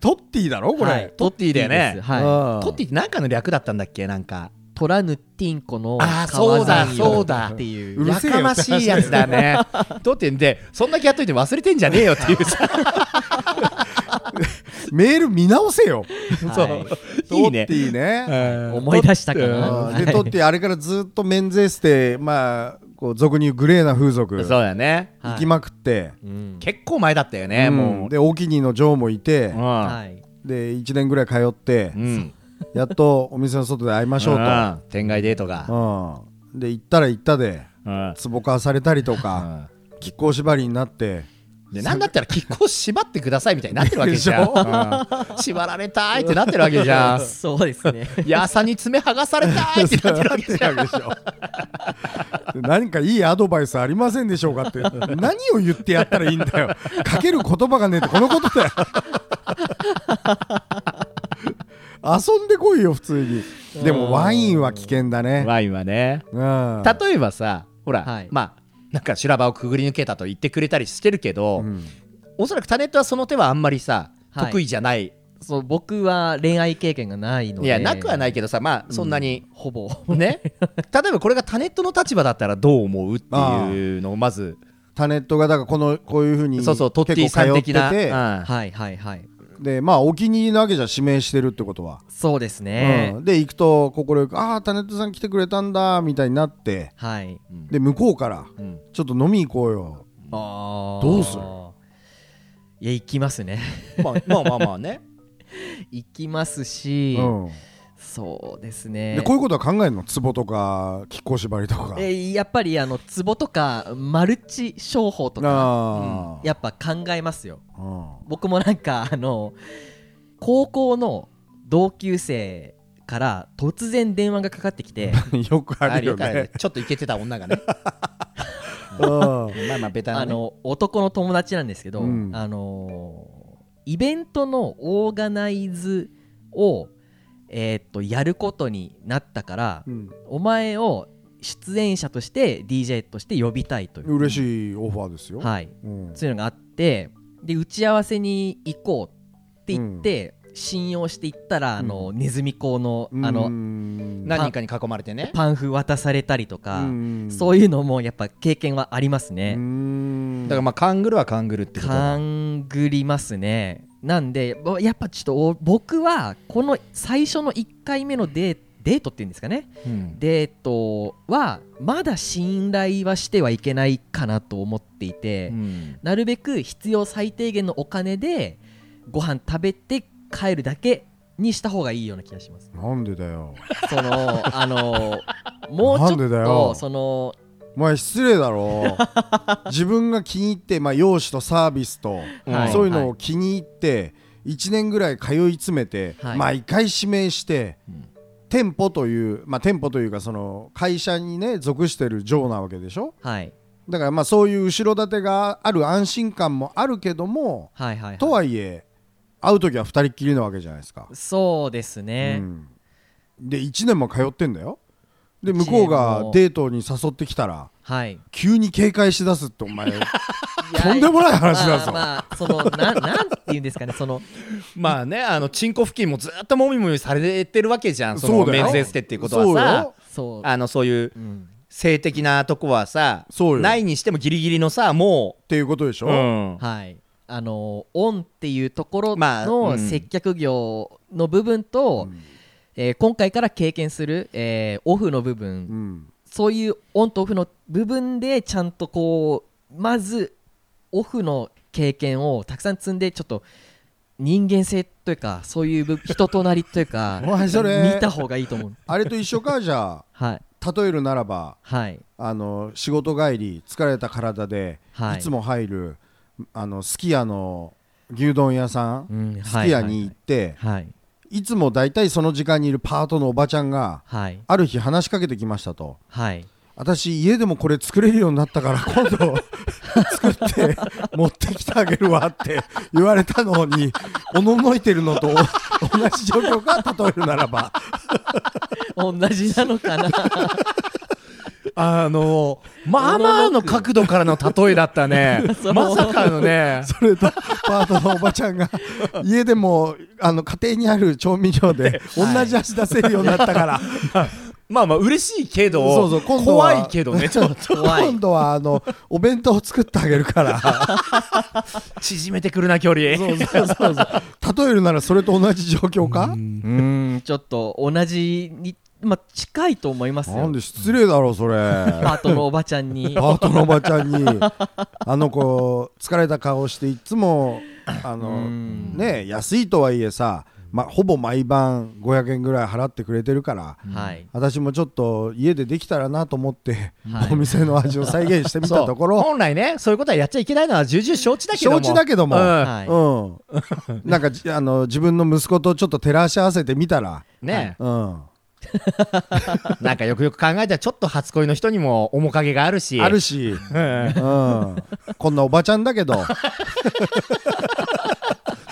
Speaker 4: トッティだろこれ、
Speaker 2: はい
Speaker 3: トッティだよね
Speaker 2: トッティですはい
Speaker 4: ああ
Speaker 3: トッティって何かの略だったんだっけなんか
Speaker 2: トラヌッティンコの
Speaker 3: あーそうだ
Speaker 2: 川沿いを
Speaker 3: そうだ
Speaker 2: っていう
Speaker 4: うる
Speaker 3: や
Speaker 4: せえよ
Speaker 3: かましいやつだねトッティでそんだけやっといて忘れてんじゃねえよっていうさ
Speaker 4: メール見直せよ
Speaker 3: そう
Speaker 4: ト
Speaker 3: いい
Speaker 4: ッ
Speaker 3: ね
Speaker 4: ティね
Speaker 3: うん
Speaker 2: 思い出したか
Speaker 3: う
Speaker 2: な、
Speaker 3: ん
Speaker 4: う ん
Speaker 2: はい
Speaker 4: でとってあれからずっとメンズエステまあこう俗に言うグレーな風俗
Speaker 3: そう
Speaker 4: 行
Speaker 3: だね
Speaker 2: はい
Speaker 4: きまくって、
Speaker 2: うん
Speaker 3: 結構前だったよね
Speaker 4: うん
Speaker 3: もう
Speaker 4: で大きにの嬢もいて
Speaker 3: うん、
Speaker 2: はい
Speaker 4: で1年ぐらい通って
Speaker 3: うん
Speaker 4: やっとお店の外で会いましょう
Speaker 3: うん天外デート
Speaker 4: と、
Speaker 3: が、
Speaker 4: うん、で行ったら行ったで
Speaker 3: うん
Speaker 4: 壺化されたりとか亀甲縛りになって
Speaker 3: でなんだったら亀甲縛ってくださいみたいになってるわけじゃん、
Speaker 4: でし
Speaker 3: うん縛られたーいってなってるわけじゃん
Speaker 2: そうです ね
Speaker 3: やさに爪剥がされたーいってなってるわけじゃん
Speaker 4: でしょ 何かいいアドバイスありませんでしょうか って何を言ってやったらいいんだよかける言葉がねえってこのこと だよ遊んでこいよ普通にでもワインは危険だね
Speaker 3: ワインはね
Speaker 4: うん
Speaker 3: 例えばさほら、
Speaker 2: はい
Speaker 3: まあなんか修羅場をくぐり抜けたと言ってくれたりしてるけど、
Speaker 4: うん
Speaker 3: おそらくタネットはその手はあんまりさ、
Speaker 2: はい
Speaker 3: 得意じゃない
Speaker 2: そう僕は恋愛経験がないので
Speaker 3: いやなくはないいけどさまあそんなに、
Speaker 2: ほぼ
Speaker 3: ね例えばこれがタネットの立場だったらどう思うっていうのをまず
Speaker 4: タネットがだからこのこういうふうに
Speaker 3: そうそうトッティさん的な、
Speaker 4: 結構通って
Speaker 3: うん
Speaker 2: はいはいはい
Speaker 4: てでまあお気に入りなわけじゃん指名してるってことは、
Speaker 2: そうですね、
Speaker 4: うんで行くと心よく「ああタネットさん来てくれたんだ」みたいになって
Speaker 2: はい
Speaker 4: で向こうから
Speaker 3: うん
Speaker 4: 「ちょっと飲み行こうよ
Speaker 2: あー
Speaker 4: どうする
Speaker 2: いや行きますね
Speaker 3: まあまあまあまあね
Speaker 2: 行きますし、
Speaker 4: うん
Speaker 2: そうですね
Speaker 4: でこういうことは考えるのツボとか亀甲縛りとか
Speaker 2: えーやっぱりあのツボとかマルチ商法とか、
Speaker 4: あ
Speaker 2: うん
Speaker 4: ー
Speaker 2: やっぱ考えますよ
Speaker 4: うん
Speaker 2: 僕もなんかあ の高校の同級生から突然電話がかかってきて
Speaker 4: よくあ
Speaker 3: あ
Speaker 4: る
Speaker 3: る
Speaker 4: よ
Speaker 3: よね
Speaker 4: ね。
Speaker 3: ちょっとイケてた女が ね。
Speaker 4: うん
Speaker 3: まあまあ、ベタな、
Speaker 2: あ
Speaker 3: ね。
Speaker 2: の男の友達なんですけど、
Speaker 4: うん
Speaker 2: あのイベントのオーガナイズを、えーっとやることになったから、
Speaker 4: うん
Speaker 2: お前を出演者として DJ として呼びたいという、
Speaker 4: 嬉しいオファーですよ。
Speaker 2: はい、
Speaker 4: うん
Speaker 2: そういうのがあってで打ち合わせに行こうって言って、信用して行ったらあの、ネズミ講のあの、
Speaker 4: うん
Speaker 3: 何人かに囲まれてね。
Speaker 2: パンフ渡されたりとか、
Speaker 4: うん
Speaker 2: そういうのもやっぱ経験はありますね。
Speaker 4: うん
Speaker 3: だからまあ、カングルはカングルってことだ。
Speaker 2: 勘ぐりますねなんでぼやっぱちょっとお僕はこの最初の1回目のデーデートっていうんですかね
Speaker 3: うん
Speaker 2: デートはまだ信頼はしてはいけないかなと思っていて、
Speaker 3: うん
Speaker 2: なるべく必要最低限のお金でご飯食べて帰るだけにした方がいいような気がします
Speaker 4: なんでだよ。
Speaker 2: そ のあのもうち
Speaker 4: なん
Speaker 2: ょ
Speaker 4: で
Speaker 2: っ
Speaker 4: だよ
Speaker 2: とその
Speaker 4: お前失礼だろ 自分が気に入って、まあ、容姿とサービスと、
Speaker 2: はい
Speaker 4: そういうのを気に入って1年ぐらい通い詰めて、
Speaker 2: はい
Speaker 4: 毎回指名して、
Speaker 3: ん
Speaker 4: 店舗という、まあ、店舗というかその会社にね属してる嬢なわけでしょ
Speaker 2: はい
Speaker 4: だからまあそういう後ろ盾がある安心感もあるけども
Speaker 2: はいはい、はい、
Speaker 4: とはいえ会う時は2人っきりなわけじゃないですか、
Speaker 2: そうですね、
Speaker 4: うんで1年も通ってんだよで向こうがデートに誘ってきたら
Speaker 2: はい
Speaker 4: 急に警戒しだすってお前
Speaker 2: や
Speaker 4: とんでもない話だぞ、
Speaker 2: まあ、まあ、そのななんて言うんですかねその
Speaker 3: まあね、あの、チンコ付近もずっともみもみされてるわけじゃん。そ
Speaker 4: そ
Speaker 3: の
Speaker 4: うだよ
Speaker 3: メンズエステっていうことはさ、
Speaker 2: そう
Speaker 3: あの、そういう
Speaker 2: うん
Speaker 3: 性的なとこはさ、
Speaker 4: そうよ
Speaker 3: ないにしてもギリギリのさ、も
Speaker 4: っていうことでし
Speaker 3: う、
Speaker 4: ょ、
Speaker 3: うん
Speaker 2: はいあのオンっていうところ
Speaker 3: まあう
Speaker 2: の
Speaker 3: ん
Speaker 2: 接客業の部分と、えー今回から経験する、えーオフの部分、
Speaker 4: うん
Speaker 2: そういうオンとオフの部分でちゃんとこうまずオフの経験をたくさん積んでちょっと人間性というかそういう部人となりというか
Speaker 4: おいそれ
Speaker 2: 見た方がいいと思う
Speaker 4: あれと一緒かじゃ
Speaker 2: はい
Speaker 4: あ例えるならば
Speaker 2: はい
Speaker 4: あの仕事帰り疲れた体で、
Speaker 2: はい
Speaker 4: い、つも入るあのすき家の牛丼屋さん、
Speaker 2: うん
Speaker 4: すき家に行って、い
Speaker 2: はい
Speaker 4: つも大体その時間にいるパートのおばちゃんが
Speaker 2: はい
Speaker 4: ある日話しかけてきましたと
Speaker 2: はい
Speaker 4: 私家でもこれ作れるようになったから今度作って持ってきてあげるわって言われたのにおののいてるのと同じ状況が例えるならば
Speaker 2: 同じなのかな
Speaker 3: あの、まあまあの角度からの例えだった ね。まさかのね。
Speaker 4: それとパートのおばちゃんが家でもあの家庭にある調味料で同じ味出せるようになった から
Speaker 3: まあまあ嬉しいけど、
Speaker 4: そうそう今度は
Speaker 3: 怖いけどね、 ちょっと
Speaker 2: 怖い
Speaker 4: 今度はあのお弁当を作ってあげるから
Speaker 3: 縮めてくるな距 離。
Speaker 4: そうそうそうそう例えるならそれと同じ状況か
Speaker 2: うんちょっと同じにまあ近いと思います
Speaker 4: なん
Speaker 2: よ
Speaker 4: で失礼だろそれ
Speaker 2: パートのおばちゃんに
Speaker 4: パートのおばちゃん にあの子疲れた顔していつもあの
Speaker 2: ん
Speaker 4: ね安いとはいえさ、ま、ほぼ毎晩500円ぐらい払ってくれてるから、
Speaker 2: はい
Speaker 4: 私もちょっと家でできたらなと思って、
Speaker 2: はい
Speaker 4: お店の味を再現してみ
Speaker 3: そ
Speaker 4: た
Speaker 3: う
Speaker 4: ところ、
Speaker 3: 本来ね、そういうことはやっちゃいけないのは重々承知だけども。
Speaker 4: 承知だけども
Speaker 3: うん
Speaker 2: はい
Speaker 4: うん、なんかじあの自分の息子とちょっと照らし合わせてみたら、
Speaker 3: ね、
Speaker 4: うん、
Speaker 3: なんかよくよく考えたら、ちょっと初恋の人にも面影があるし。
Speaker 4: あるし、うん、こんなおばちゃんだけどっ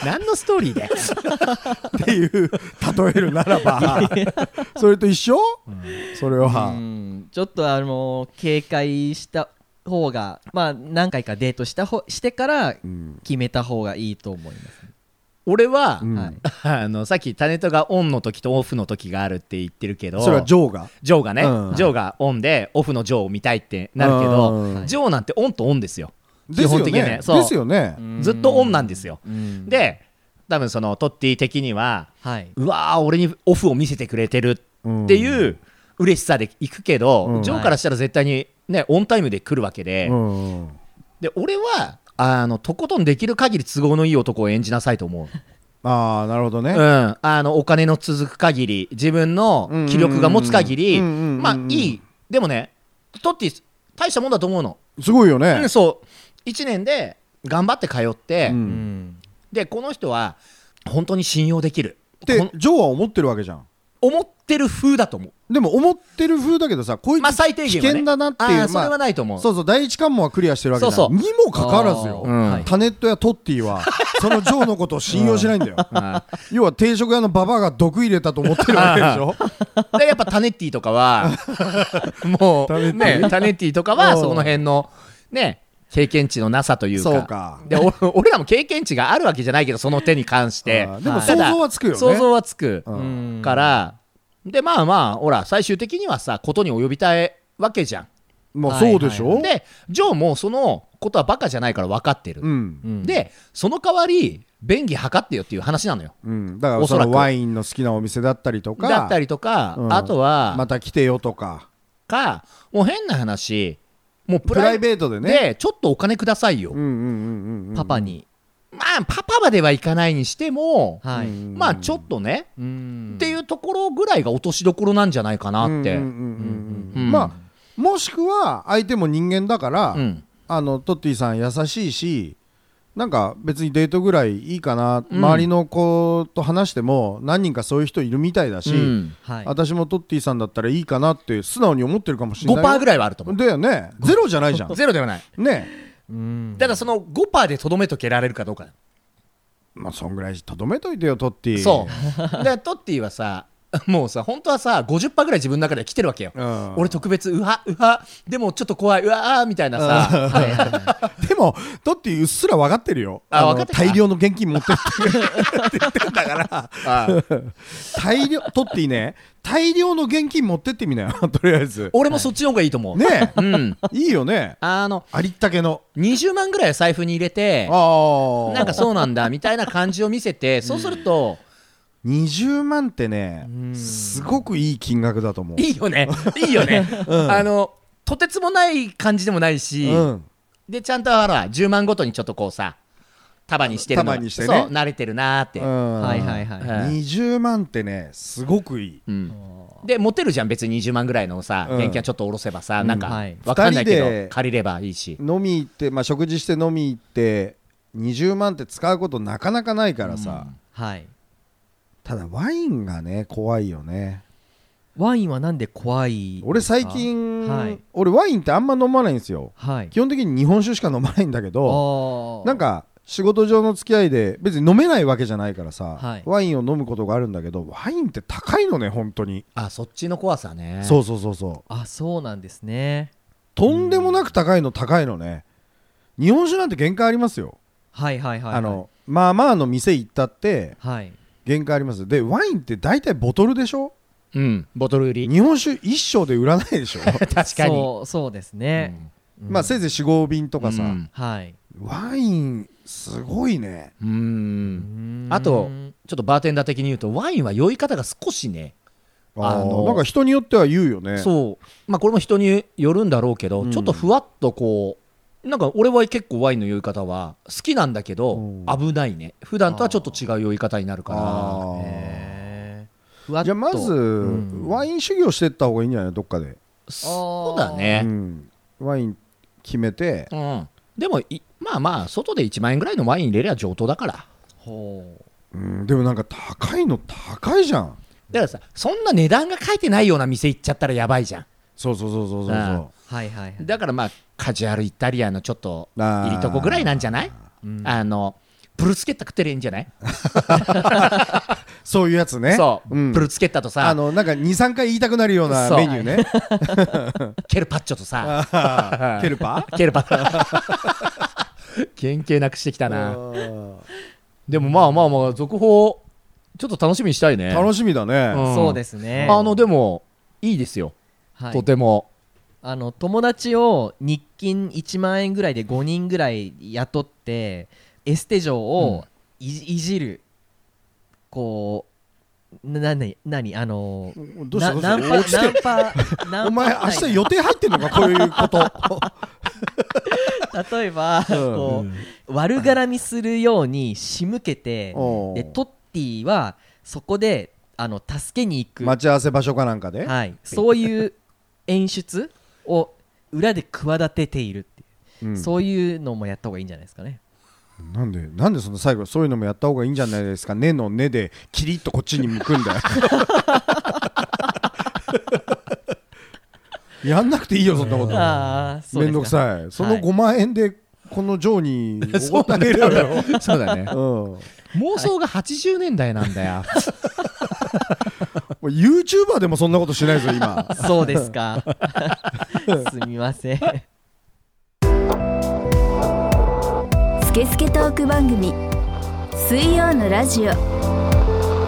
Speaker 3: 何のストーリーで
Speaker 4: ていう例えるなら ばそれと一緒、それは。
Speaker 2: うんちょっとあの警戒した方がまあ何回かデートした方してから
Speaker 4: ん
Speaker 2: 決めた方がいいと思います、
Speaker 3: 俺は、
Speaker 4: うん
Speaker 2: はい、
Speaker 3: あの、さっきタネットがオンの時とオフの時があるって言ってるけど、
Speaker 4: それはジョーが
Speaker 3: ジョーがね、
Speaker 4: うん
Speaker 3: ジョーがオンで、オフのジョーを見たいってなるけど、
Speaker 4: うん
Speaker 3: ジョーなんてオンとオンですよ。基本的にはね。
Speaker 4: ですよね
Speaker 3: そう
Speaker 4: ですよね
Speaker 3: ずっとオンなんですよ。
Speaker 2: うん
Speaker 3: で、多分そのトッティ的には、
Speaker 2: はい、
Speaker 3: うわー、俺にオフを見せてくれてるっていう嬉しさで行くけど、
Speaker 4: うん
Speaker 3: ジョーからしたら絶対に、ね、オンタイムで来るわけで、
Speaker 4: うん
Speaker 3: で俺はあのとことんできる限り都合のいい男を演じなさいと思う。
Speaker 4: ああなるほどね、
Speaker 3: うん、あのお金の続く限り自分の気力が持つ限り
Speaker 4: うんうんうんうん
Speaker 3: まあいいでもねトッティ大したもんだと思うの、
Speaker 4: すごいよ
Speaker 3: う
Speaker 4: ね
Speaker 3: ん、そう1年で頑張って通って、
Speaker 4: うん
Speaker 2: うん
Speaker 3: でこの人は本当に信用できる
Speaker 4: って
Speaker 3: こん
Speaker 4: ジョーは思ってるわけじゃん
Speaker 3: 思ってる風だと思
Speaker 4: でも思ってる風だけどさこ
Speaker 3: う
Speaker 4: い
Speaker 3: まあ
Speaker 4: つ
Speaker 3: 最低
Speaker 4: 危
Speaker 3: 限は、ね、
Speaker 4: 険だなっていう
Speaker 3: あー
Speaker 4: まあ
Speaker 3: それはないと思う
Speaker 4: そうそう第一関門はクリアしてるわけじゃん
Speaker 3: そうそう
Speaker 4: にもかかわらずよ、
Speaker 2: あーはい
Speaker 4: タネットやトッティ はそのジョーのことを信用しないんだよ、要は定食屋のババアが毒入れたと思ってるわけでしょ
Speaker 3: でやっぱタネッティとか はもうねタネッティとかは
Speaker 4: うん
Speaker 3: その辺のね経験値のなさというか
Speaker 4: そうか
Speaker 3: でお俺らも経験値があるわけじゃないけどその手に関して
Speaker 4: あーでも
Speaker 3: はいただ
Speaker 4: 想像はつくよね
Speaker 3: 想像はつく
Speaker 4: うん
Speaker 2: うん
Speaker 3: からでまあまあほら最終的にはさことに及びたいわけじゃ
Speaker 4: まあそうでしょ、
Speaker 3: んでジョーもそのことはバカじゃないから分かってる
Speaker 4: う、ん、
Speaker 3: でその代わり便宜図ってよっていう話なのよ
Speaker 4: うん、だか
Speaker 3: お
Speaker 4: ら
Speaker 3: そ
Speaker 4: そ
Speaker 3: らく
Speaker 4: のワインの好きなお店だったりとか
Speaker 3: だったりとか、
Speaker 4: うん
Speaker 3: あとは、
Speaker 4: また来てよとか
Speaker 3: かもう変な話もうプ
Speaker 4: プ
Speaker 3: ラ
Speaker 4: ラ
Speaker 3: イ
Speaker 4: イ
Speaker 3: ベー
Speaker 4: ベートで
Speaker 3: ト
Speaker 4: ね
Speaker 3: でちょっとお金くださいよ、
Speaker 4: うんうんうんうんうん
Speaker 2: パパに
Speaker 3: まあパパまではいかないにしても、
Speaker 2: はい
Speaker 4: うん
Speaker 3: まあちょっとね、
Speaker 2: うん
Speaker 3: っていうところぐらいが落としどころなんじゃないかなって、
Speaker 4: うんうんうんうん
Speaker 3: うん
Speaker 4: まあもしくは相手も人間だから、
Speaker 3: うん
Speaker 4: あのトッティさん優しいしなんか別にデートぐらいいいかな、
Speaker 3: うん
Speaker 4: 周りの子と話しても何人かそういう人いるみたいだし、
Speaker 3: うん
Speaker 2: はい
Speaker 4: 私もトッティさんだったらいいかなって素直に思ってるかもしれない
Speaker 3: 5%ぐ
Speaker 4: ら
Speaker 3: らいはあると思
Speaker 4: だよねゼロじゃないじゃん
Speaker 3: うゼロではない
Speaker 4: ね
Speaker 2: うん
Speaker 3: ただその5%でとどめとけられるかどうか
Speaker 4: まあそんぐらいとどめといてよトッティ
Speaker 3: そう でトッティはさもうさ本当はさ50%ぐらい自分の中で来てるわけよ、
Speaker 4: うん
Speaker 3: 俺特別うはうはでもちょっと怖いうわーみたいなさ
Speaker 2: はいはいはい
Speaker 4: でもトッティうっすら分かってるよ
Speaker 3: あ
Speaker 4: の
Speaker 3: 分かってた
Speaker 4: 大量の現金持ってってって言ってんだから大量トッティね大量の現金持ってってみなよ とりあえず
Speaker 3: 俺もそっちの方がいいと思う、
Speaker 4: ねえ
Speaker 3: うん
Speaker 4: いいよね
Speaker 3: あの
Speaker 4: ありったけの
Speaker 3: 20万ぐらい財布に入れて
Speaker 4: ああ
Speaker 3: なんかそうなんだみたいな感じを見せてそうすると
Speaker 4: 20万ってねすごくいい金額だと思う
Speaker 3: いいよねいいよねあのとてつもない感じでもないし
Speaker 4: うん
Speaker 3: でちゃんとほら10万ごとにちょっとこうさ束にしてるの
Speaker 4: 束にしてね
Speaker 3: そう慣れてるなーって
Speaker 4: うん
Speaker 2: はいはいはい
Speaker 3: うん
Speaker 4: 20万ってねすごくいい
Speaker 3: うんでモテるじゃん別に20万ぐらいのさ
Speaker 4: うん
Speaker 3: 現金はちょっと下ろせばさ
Speaker 4: うん
Speaker 3: なんか
Speaker 2: はい
Speaker 3: わかんないけ
Speaker 4: 二人
Speaker 3: ど
Speaker 4: で
Speaker 3: 借りればいいし
Speaker 4: 飲み行ってまあ食事して飲み行って20万って使うことなかなかないからさ
Speaker 2: はい
Speaker 4: ただワインがね怖いよね
Speaker 2: ワインはなんで怖い
Speaker 4: 俺最近、
Speaker 2: はい
Speaker 4: 俺ワインってあんま飲まないんですよ
Speaker 2: はい
Speaker 4: 基本的に日本酒しか飲まないんだけど
Speaker 2: あ
Speaker 4: なんか仕事上の付き合いで別に飲めないわけじゃないからさ、
Speaker 2: はい
Speaker 4: ワインを飲むことがあるんだけどワインって高いのね本当に、
Speaker 3: あそっちの怖さね
Speaker 4: そうそうそうそう
Speaker 2: あそうなんですね
Speaker 4: とんでもなく高いの高いのね日本酒なんて限界ありますよ、
Speaker 2: はいはいはいはい
Speaker 4: あのまあまあの店行ったって
Speaker 2: はい
Speaker 4: 限界ありますでワインって大体ボトルでしょ
Speaker 3: うんボトル売り
Speaker 4: 日本酒一升で売らないでしょ、
Speaker 3: 確かに
Speaker 2: そうそうですねうん
Speaker 4: まあせいぜい45瓶とかさ、
Speaker 3: うん
Speaker 2: はい
Speaker 4: ワインすごいね
Speaker 3: う
Speaker 2: うんーん
Speaker 3: あとちょっとバーテンダー的に言うとワインは酔い方が少しね
Speaker 4: あ
Speaker 3: あの
Speaker 4: のなんか人によっては言うよね
Speaker 3: そうまあこれも人によるんだろうけど、
Speaker 4: うん
Speaker 3: ちょっとふわっとこうなんか俺は結構ワインの酔い方は好きなんだけど、
Speaker 4: うん
Speaker 3: 危ないね普段とはちょっと違う酔い方になるか
Speaker 4: あー
Speaker 2: へーふわっと
Speaker 4: じゃあまず、
Speaker 2: うん
Speaker 4: ワイン修行してった方がいいんじゃないどっかで、
Speaker 3: らそうだ
Speaker 4: う
Speaker 3: ね、
Speaker 4: ん、ワイン決めて
Speaker 3: うんでもいまあまあ外で1万円ぐらいのワイン入れりゃ上等だから
Speaker 2: ほう
Speaker 4: うんでもなんか高いの高いじゃん
Speaker 3: だからさそんな値段が書いてないような店行っちゃったらやばいじゃん
Speaker 4: そうそうそうそうそう
Speaker 3: あ
Speaker 2: はいはいはい
Speaker 3: だからまあカジュアルイタリアのちょっと
Speaker 4: あー
Speaker 3: いいとこぐらいなんじゃない
Speaker 2: うん
Speaker 3: あのブルスケッタ食ってりゃいいんじゃない
Speaker 4: そういうやつね
Speaker 3: そう、
Speaker 4: うん
Speaker 3: ブルスケッタとさ
Speaker 4: あのなんか23回言いたくなるような
Speaker 3: そう
Speaker 4: メニューね
Speaker 3: ケルパッチョとさ
Speaker 4: あーケルパ
Speaker 3: ケルパッ原型なくしてきた
Speaker 4: あ
Speaker 3: な
Speaker 4: ー
Speaker 3: でもまあまあまあ続報ちょっと楽しみにしたいね
Speaker 4: 楽しみだね、
Speaker 3: うん
Speaker 2: そうですね
Speaker 3: あのでもいいですよ、
Speaker 2: はい
Speaker 3: とても
Speaker 2: あの友達を日勤1万円ぐらいで5人ぐらい雇ってエステ嬢をい,、いじるこうな何何あのー
Speaker 4: どうし
Speaker 2: な
Speaker 4: たどうした
Speaker 2: ナン
Speaker 4: 落ち
Speaker 2: パ
Speaker 4: て
Speaker 2: ナンパナンパ
Speaker 4: お前明日予定入ってんのかこういうこと
Speaker 2: 例えば、こう悪絡みするように仕向けて、
Speaker 4: うん
Speaker 2: でトッティはそこであの助けに行く、
Speaker 4: 待ち合わせ場所かなんかで、
Speaker 2: はい、そういう演出を裏で企てているっていう
Speaker 4: うん
Speaker 2: そういうのもやった方がいいんじゃないですかね。
Speaker 4: なんでなんでその最後そういうのもやった方がいいんじゃないですかねのねでキリッとこっちに向く んだよやんなくていいよそんなこと
Speaker 2: ああ、そう
Speaker 4: め
Speaker 2: ですか
Speaker 4: んどくさいその
Speaker 2: はい
Speaker 4: 5万円でこのジョーに
Speaker 3: そ
Speaker 4: 怒
Speaker 3: う
Speaker 4: って
Speaker 3: だ
Speaker 4: あげ
Speaker 3: ね
Speaker 4: るよ、
Speaker 3: そうだね
Speaker 4: うん、も
Speaker 3: 妄想が80年代なんだよ
Speaker 4: う YouTuber でもそんなことしないぞ今
Speaker 2: そうです か。すみません。
Speaker 1: スケスケトーク番組水曜のラジオ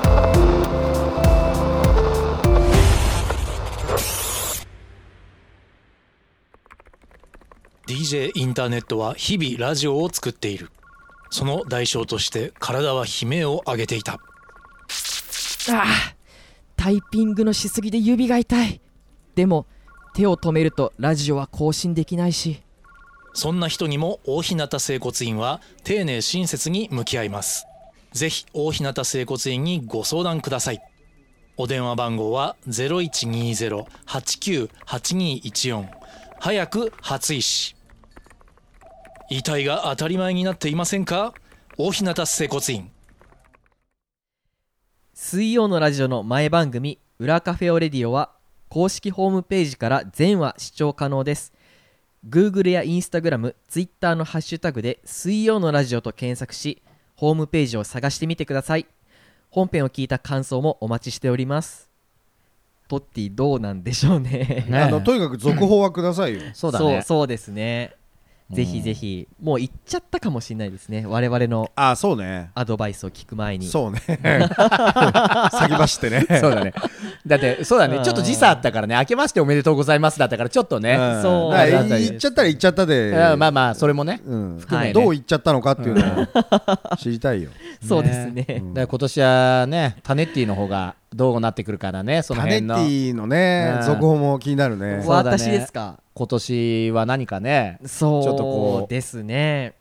Speaker 5: 「DJ インターネットは日々ラジオを作っている」その代償として体は悲鳴を上げていた
Speaker 6: タイピングのしすぎで指が痛いでも手を止めるとラジオは更新できないし
Speaker 5: そんな人にも大日向整骨院は丁寧親切に向き合います。ぜひ大日向整骨院にご相談ください。お電話番号は0120-89-8214早く初医師。遺体が当たり前になっていませんか大日向整骨院。
Speaker 2: 水曜のラジオの前番組「裏カフェオレディオ」は公式ホームページから全話視聴可能です Google や InstagramTwitter のハッシュタグで「水曜のラジオ」と検索しホームページを探してみてください本編を聞いた感想もお待ちしておりますトッティどうなんでしょう ね
Speaker 3: ね
Speaker 4: あのとにかく続報はくださいよ
Speaker 3: そうだね
Speaker 2: そうそうですねぜひぜひもう行っちゃったかもしれないですね我々の
Speaker 4: あそうね
Speaker 2: アドバイスを聞く前に
Speaker 4: そう ね先走ってね
Speaker 3: そうだねだってそうだ
Speaker 2: う
Speaker 3: ね
Speaker 2: ん
Speaker 3: ちょっと時差あったからね明けましておめでとうございますだったからちょっとね、
Speaker 4: うん
Speaker 2: そう
Speaker 4: だから
Speaker 3: なんだ
Speaker 4: 行っちゃったら行っちゃったで、
Speaker 3: うんまあまあそれもね、
Speaker 4: うん
Speaker 3: 含
Speaker 2: めね
Speaker 4: どう行っちゃったのかっていうのを 知りたいよ。
Speaker 2: そうですね
Speaker 3: だから今年はねタネッティの方がどうなってくるからねその
Speaker 4: タネ
Speaker 3: 辺
Speaker 4: ッテ
Speaker 3: の
Speaker 4: ィのね
Speaker 3: うん
Speaker 4: 続報も気になるね。
Speaker 3: そうだね
Speaker 2: 私ですか
Speaker 3: 今年は何かね
Speaker 2: そう
Speaker 3: ちょっとこう
Speaker 2: ですね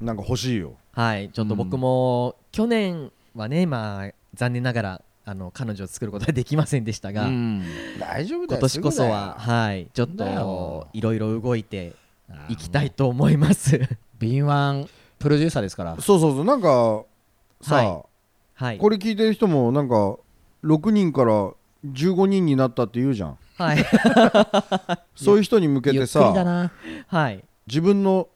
Speaker 4: なんか欲しいよ。
Speaker 2: はいちょっと僕も、去年はねまあ残念ながらあの彼女を作ることはできませんでしたが、
Speaker 3: うん
Speaker 4: 大丈夫だ
Speaker 2: 今
Speaker 4: よ。
Speaker 2: 年こそは
Speaker 4: す
Speaker 2: はいちょっ
Speaker 3: だよ
Speaker 2: といろいろ動いていきたいと思います
Speaker 3: 敏腕プロデューサーですから
Speaker 4: ぐだよ。そうそうそうなんかさ
Speaker 2: は、はい
Speaker 4: これ聞いてる人もなんか6人から15人になったって言うじゃん。
Speaker 2: はい
Speaker 4: そういう人に向け
Speaker 3: ゆ
Speaker 4: て
Speaker 3: っくりだ
Speaker 4: さ、
Speaker 3: な
Speaker 2: はい
Speaker 4: 自分の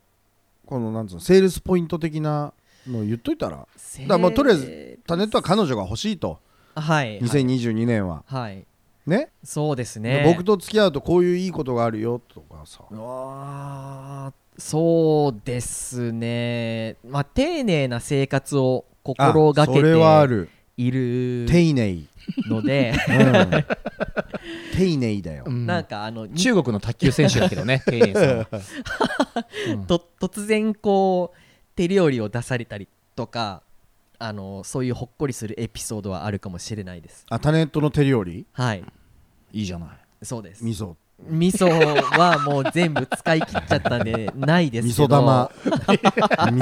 Speaker 4: このなんつうのセールスポイント的なのを言っといたら。だからまあとりあえずタネットは彼女が欲しいと。
Speaker 2: はい
Speaker 4: 2022年は
Speaker 2: はい
Speaker 4: ね。
Speaker 2: そうですね
Speaker 4: 僕と付き合うとこういういいことがあるよとかさ。
Speaker 2: うわーそうですねまあ丁寧な生活を心がけ
Speaker 4: あそれはあ
Speaker 2: て
Speaker 4: る
Speaker 2: いる
Speaker 4: 丁寧、
Speaker 2: ので
Speaker 4: 丁寧だよ、
Speaker 3: うん
Speaker 2: なんかあのに
Speaker 3: 中国の卓球選手だけどね丁寧さんは
Speaker 2: と突然こう手料理を出されたりとかあのそういうほっこりするエピソードはあるかもしれないです
Speaker 4: あタネットの手料理
Speaker 2: はい
Speaker 3: いいじゃない
Speaker 2: そうです
Speaker 4: 味噌
Speaker 2: 味噌はもう全部使い切っちゃったん でないです
Speaker 4: 味
Speaker 2: けど
Speaker 4: 噌玉 味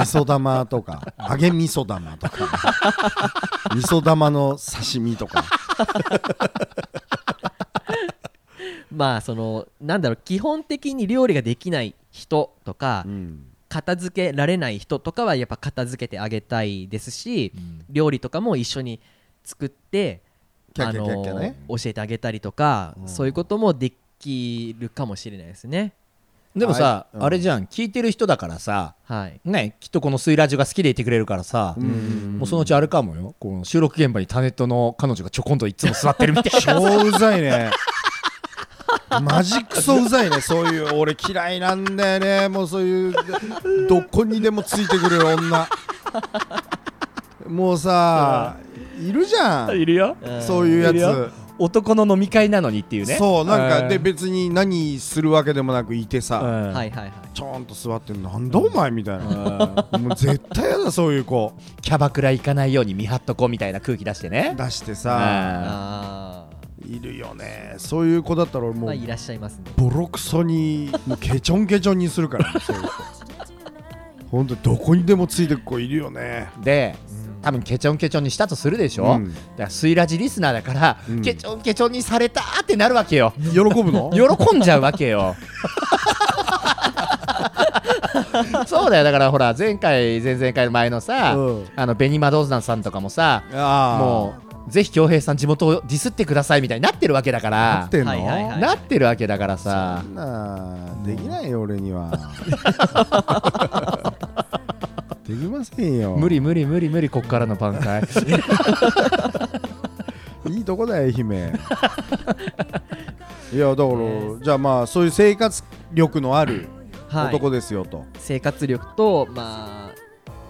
Speaker 4: 噌玉とか揚げ味噌玉 とか味噌玉の刺身とか
Speaker 2: まあそのなんだろう基本的に料理ができない人とか、
Speaker 4: うん
Speaker 2: 片付けられない人とかはやっぱ片付けてあげたいですし、
Speaker 3: ん
Speaker 2: 料理とかも一緒に作って
Speaker 4: キャッキャキャッキャね
Speaker 2: あの教えてあげたりとか、そういうこともできるかもしれないですね
Speaker 3: でもさ、
Speaker 4: はいうん
Speaker 3: あれじゃん聞いてる人だからさ
Speaker 2: はい
Speaker 3: ねきっとこの「スイラジオ」が好きでいてくれるからさ、
Speaker 4: うん
Speaker 3: もうそのうちあれかもよこの収録現場にタネットの彼女がちょこんといつも座ってるみたいな
Speaker 4: 超うざいねマジクソうざいねそういう俺嫌いなんだよねもうそういうどこにでもついてくる女もうさ いるじゃん
Speaker 3: いるよ
Speaker 4: そういうや
Speaker 3: いるよ
Speaker 4: つ
Speaker 3: 男の飲み会なのにっていうね
Speaker 4: そうなんかで
Speaker 3: ビ
Speaker 4: 別に何するわけでもなくいてさ
Speaker 2: はいはいはい
Speaker 4: ちょんと座ってなんだお前みたいなもう絶対やだそういう子
Speaker 3: キャバクラ行かないように見張っとこうみたいな空気出してね
Speaker 4: 出してさ
Speaker 3: あ
Speaker 2: あー
Speaker 4: いるよねそういう子だったら俺も
Speaker 2: まあ
Speaker 4: う
Speaker 2: いらっしゃいますね
Speaker 4: ボロクソにもうケチョンケチョンにするからねそういう子ほんとどこにでもついてく子いるよね
Speaker 3: ーで多分ケチョンケチョンにしたとするでしょ、
Speaker 4: うん
Speaker 3: だからスイラジリスナーだから、ケチョンケチョンにされたってなるわけよ
Speaker 4: 喜ぶの
Speaker 3: 喜んじゃうわけよそうだよだからほら前回前々回前のさ、
Speaker 4: うん
Speaker 3: あのベニマドーズナさんとかもさ
Speaker 4: ああ
Speaker 3: もうぜひ恭平さん地元をディスってくださいみたいになってるわけだから
Speaker 4: 合ってんの、
Speaker 2: はいはいはい
Speaker 3: なってるわけだからさ
Speaker 4: そんなできないよ俺に はできませんよ
Speaker 3: 無理無理無理無理こっからの挽回
Speaker 4: いいとこだよ愛媛いやだからじゃあまあそういう生活力のある
Speaker 2: はい
Speaker 4: 男ですよと、
Speaker 2: 生活力とまあ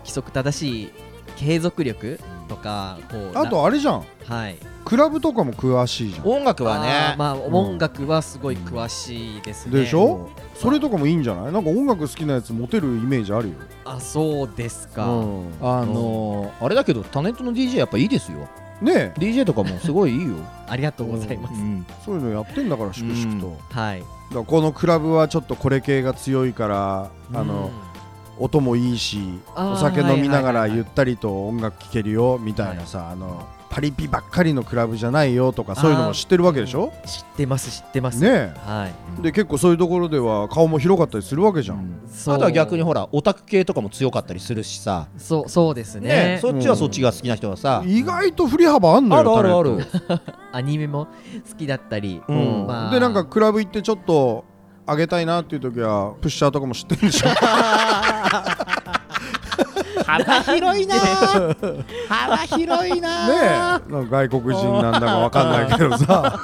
Speaker 2: 規則正しい継続力とかこうな
Speaker 4: あとあれじゃん
Speaker 2: はい
Speaker 4: クラブとかも詳しいじゃん
Speaker 3: 音楽は
Speaker 2: あ
Speaker 3: ね
Speaker 2: ーまあ音楽はすごい詳しいですね
Speaker 4: でしょそれとかもいいんじゃないなんか音楽好きなやつモテるイメージあるよ
Speaker 2: あそうですか、
Speaker 4: うん
Speaker 3: あのーあれだけどタネットの DJ やっぱいいですよ
Speaker 4: ねえ
Speaker 3: DJ とかもすごいいいよ、
Speaker 2: ありがとうございます、
Speaker 3: うん
Speaker 4: そういうのやってんだから粛々と、
Speaker 3: うん
Speaker 4: だか
Speaker 2: はい
Speaker 4: らこのクラブはちょっとこれ系が強いからあの、音もいいし
Speaker 2: あー
Speaker 4: お酒飲みなが
Speaker 2: は
Speaker 4: ら
Speaker 2: いはいはいはい
Speaker 4: ゆったりと音楽聴けるよみたいなさ、あのパリピばっかりのクラブじゃないよとかそういうのも知ってるわけでしょ
Speaker 2: うん知ってます知ってます
Speaker 4: ね
Speaker 2: はい
Speaker 4: えで結構そういうところでは顔も広かったりするわけじゃん、
Speaker 2: そう
Speaker 3: あとは逆にほらオタク系とかも強かったりするしさ
Speaker 2: そうそうですね
Speaker 3: ねそっちはそっちが好きな人はさ、
Speaker 4: 意外と振り幅あんのよ
Speaker 3: あるあるある
Speaker 4: タレント
Speaker 2: アニメも好きだったり、
Speaker 3: うん
Speaker 2: まあ、
Speaker 4: でなんかクラブ行ってちょっと上げたいなっていう時はプッシャーとかも知ってるん でしょ
Speaker 3: 幅広いなー幅広
Speaker 4: ねえ
Speaker 3: いなー
Speaker 4: なんか外国人なんだかわかんないけどさ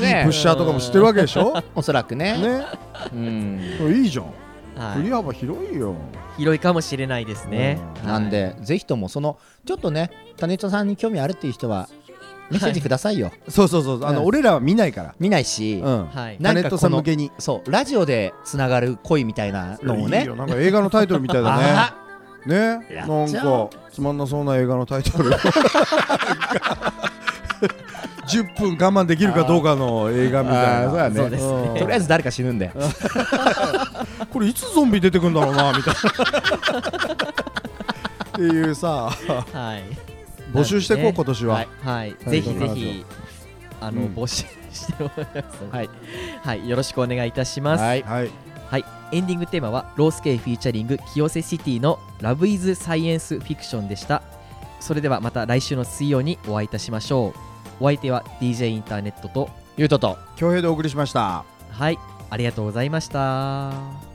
Speaker 3: ねえ
Speaker 4: プッシャーとかも知ってるわけでしょ
Speaker 3: おそらくね
Speaker 4: ね
Speaker 3: うん
Speaker 4: いいじゃん
Speaker 2: は
Speaker 4: 振り
Speaker 2: い、
Speaker 4: 幅広いよ
Speaker 2: 広いかもしれないですね、
Speaker 4: う
Speaker 3: なんでぜひともそのちょっとねタネットさんに興味あるっていう人はメッセージくださいよ、
Speaker 4: そうそうそうあの、
Speaker 3: うん
Speaker 4: 俺らは見ないから
Speaker 3: 見ないし、
Speaker 4: うん
Speaker 2: はい
Speaker 3: な
Speaker 4: タネ
Speaker 3: んかこの
Speaker 4: ットさん向けに
Speaker 3: そうラジオでつながる恋みたいなのをね
Speaker 4: いいよなんか映画のタイトルみたいだ
Speaker 3: あ
Speaker 4: ねね
Speaker 3: や
Speaker 4: なん
Speaker 3: っちゃお
Speaker 4: かつまんなそうな映画のタイトル10分我慢できるかどうかの映画みたいな
Speaker 3: あーそうだね
Speaker 2: そうですね
Speaker 3: とりあえず誰か死ぬんで
Speaker 4: これいつゾンビ出てくんだろうなみたいなっていうさ
Speaker 2: はい
Speaker 4: 募集してこう
Speaker 2: な
Speaker 4: 今
Speaker 2: んで
Speaker 4: 年は、
Speaker 2: ねはい、はい、
Speaker 4: い
Speaker 2: ぜひ
Speaker 4: どうぞ
Speaker 2: ぜひあの、
Speaker 4: うん
Speaker 2: 募集してもらいます
Speaker 3: はい、
Speaker 2: はい、よろしくお願いいたします
Speaker 3: はい
Speaker 4: はい
Speaker 2: はい、エンディングテーマはロースケイフィーチャリング清瀬シティの「ラブ・イズ・サイエンス・フィクション」でしたそれではまた来週の水曜にお会いいたしましょうお相手は DJ インターネットと
Speaker 3: ゆうとと
Speaker 4: 恭平でお送りしました
Speaker 2: はいありがとうございました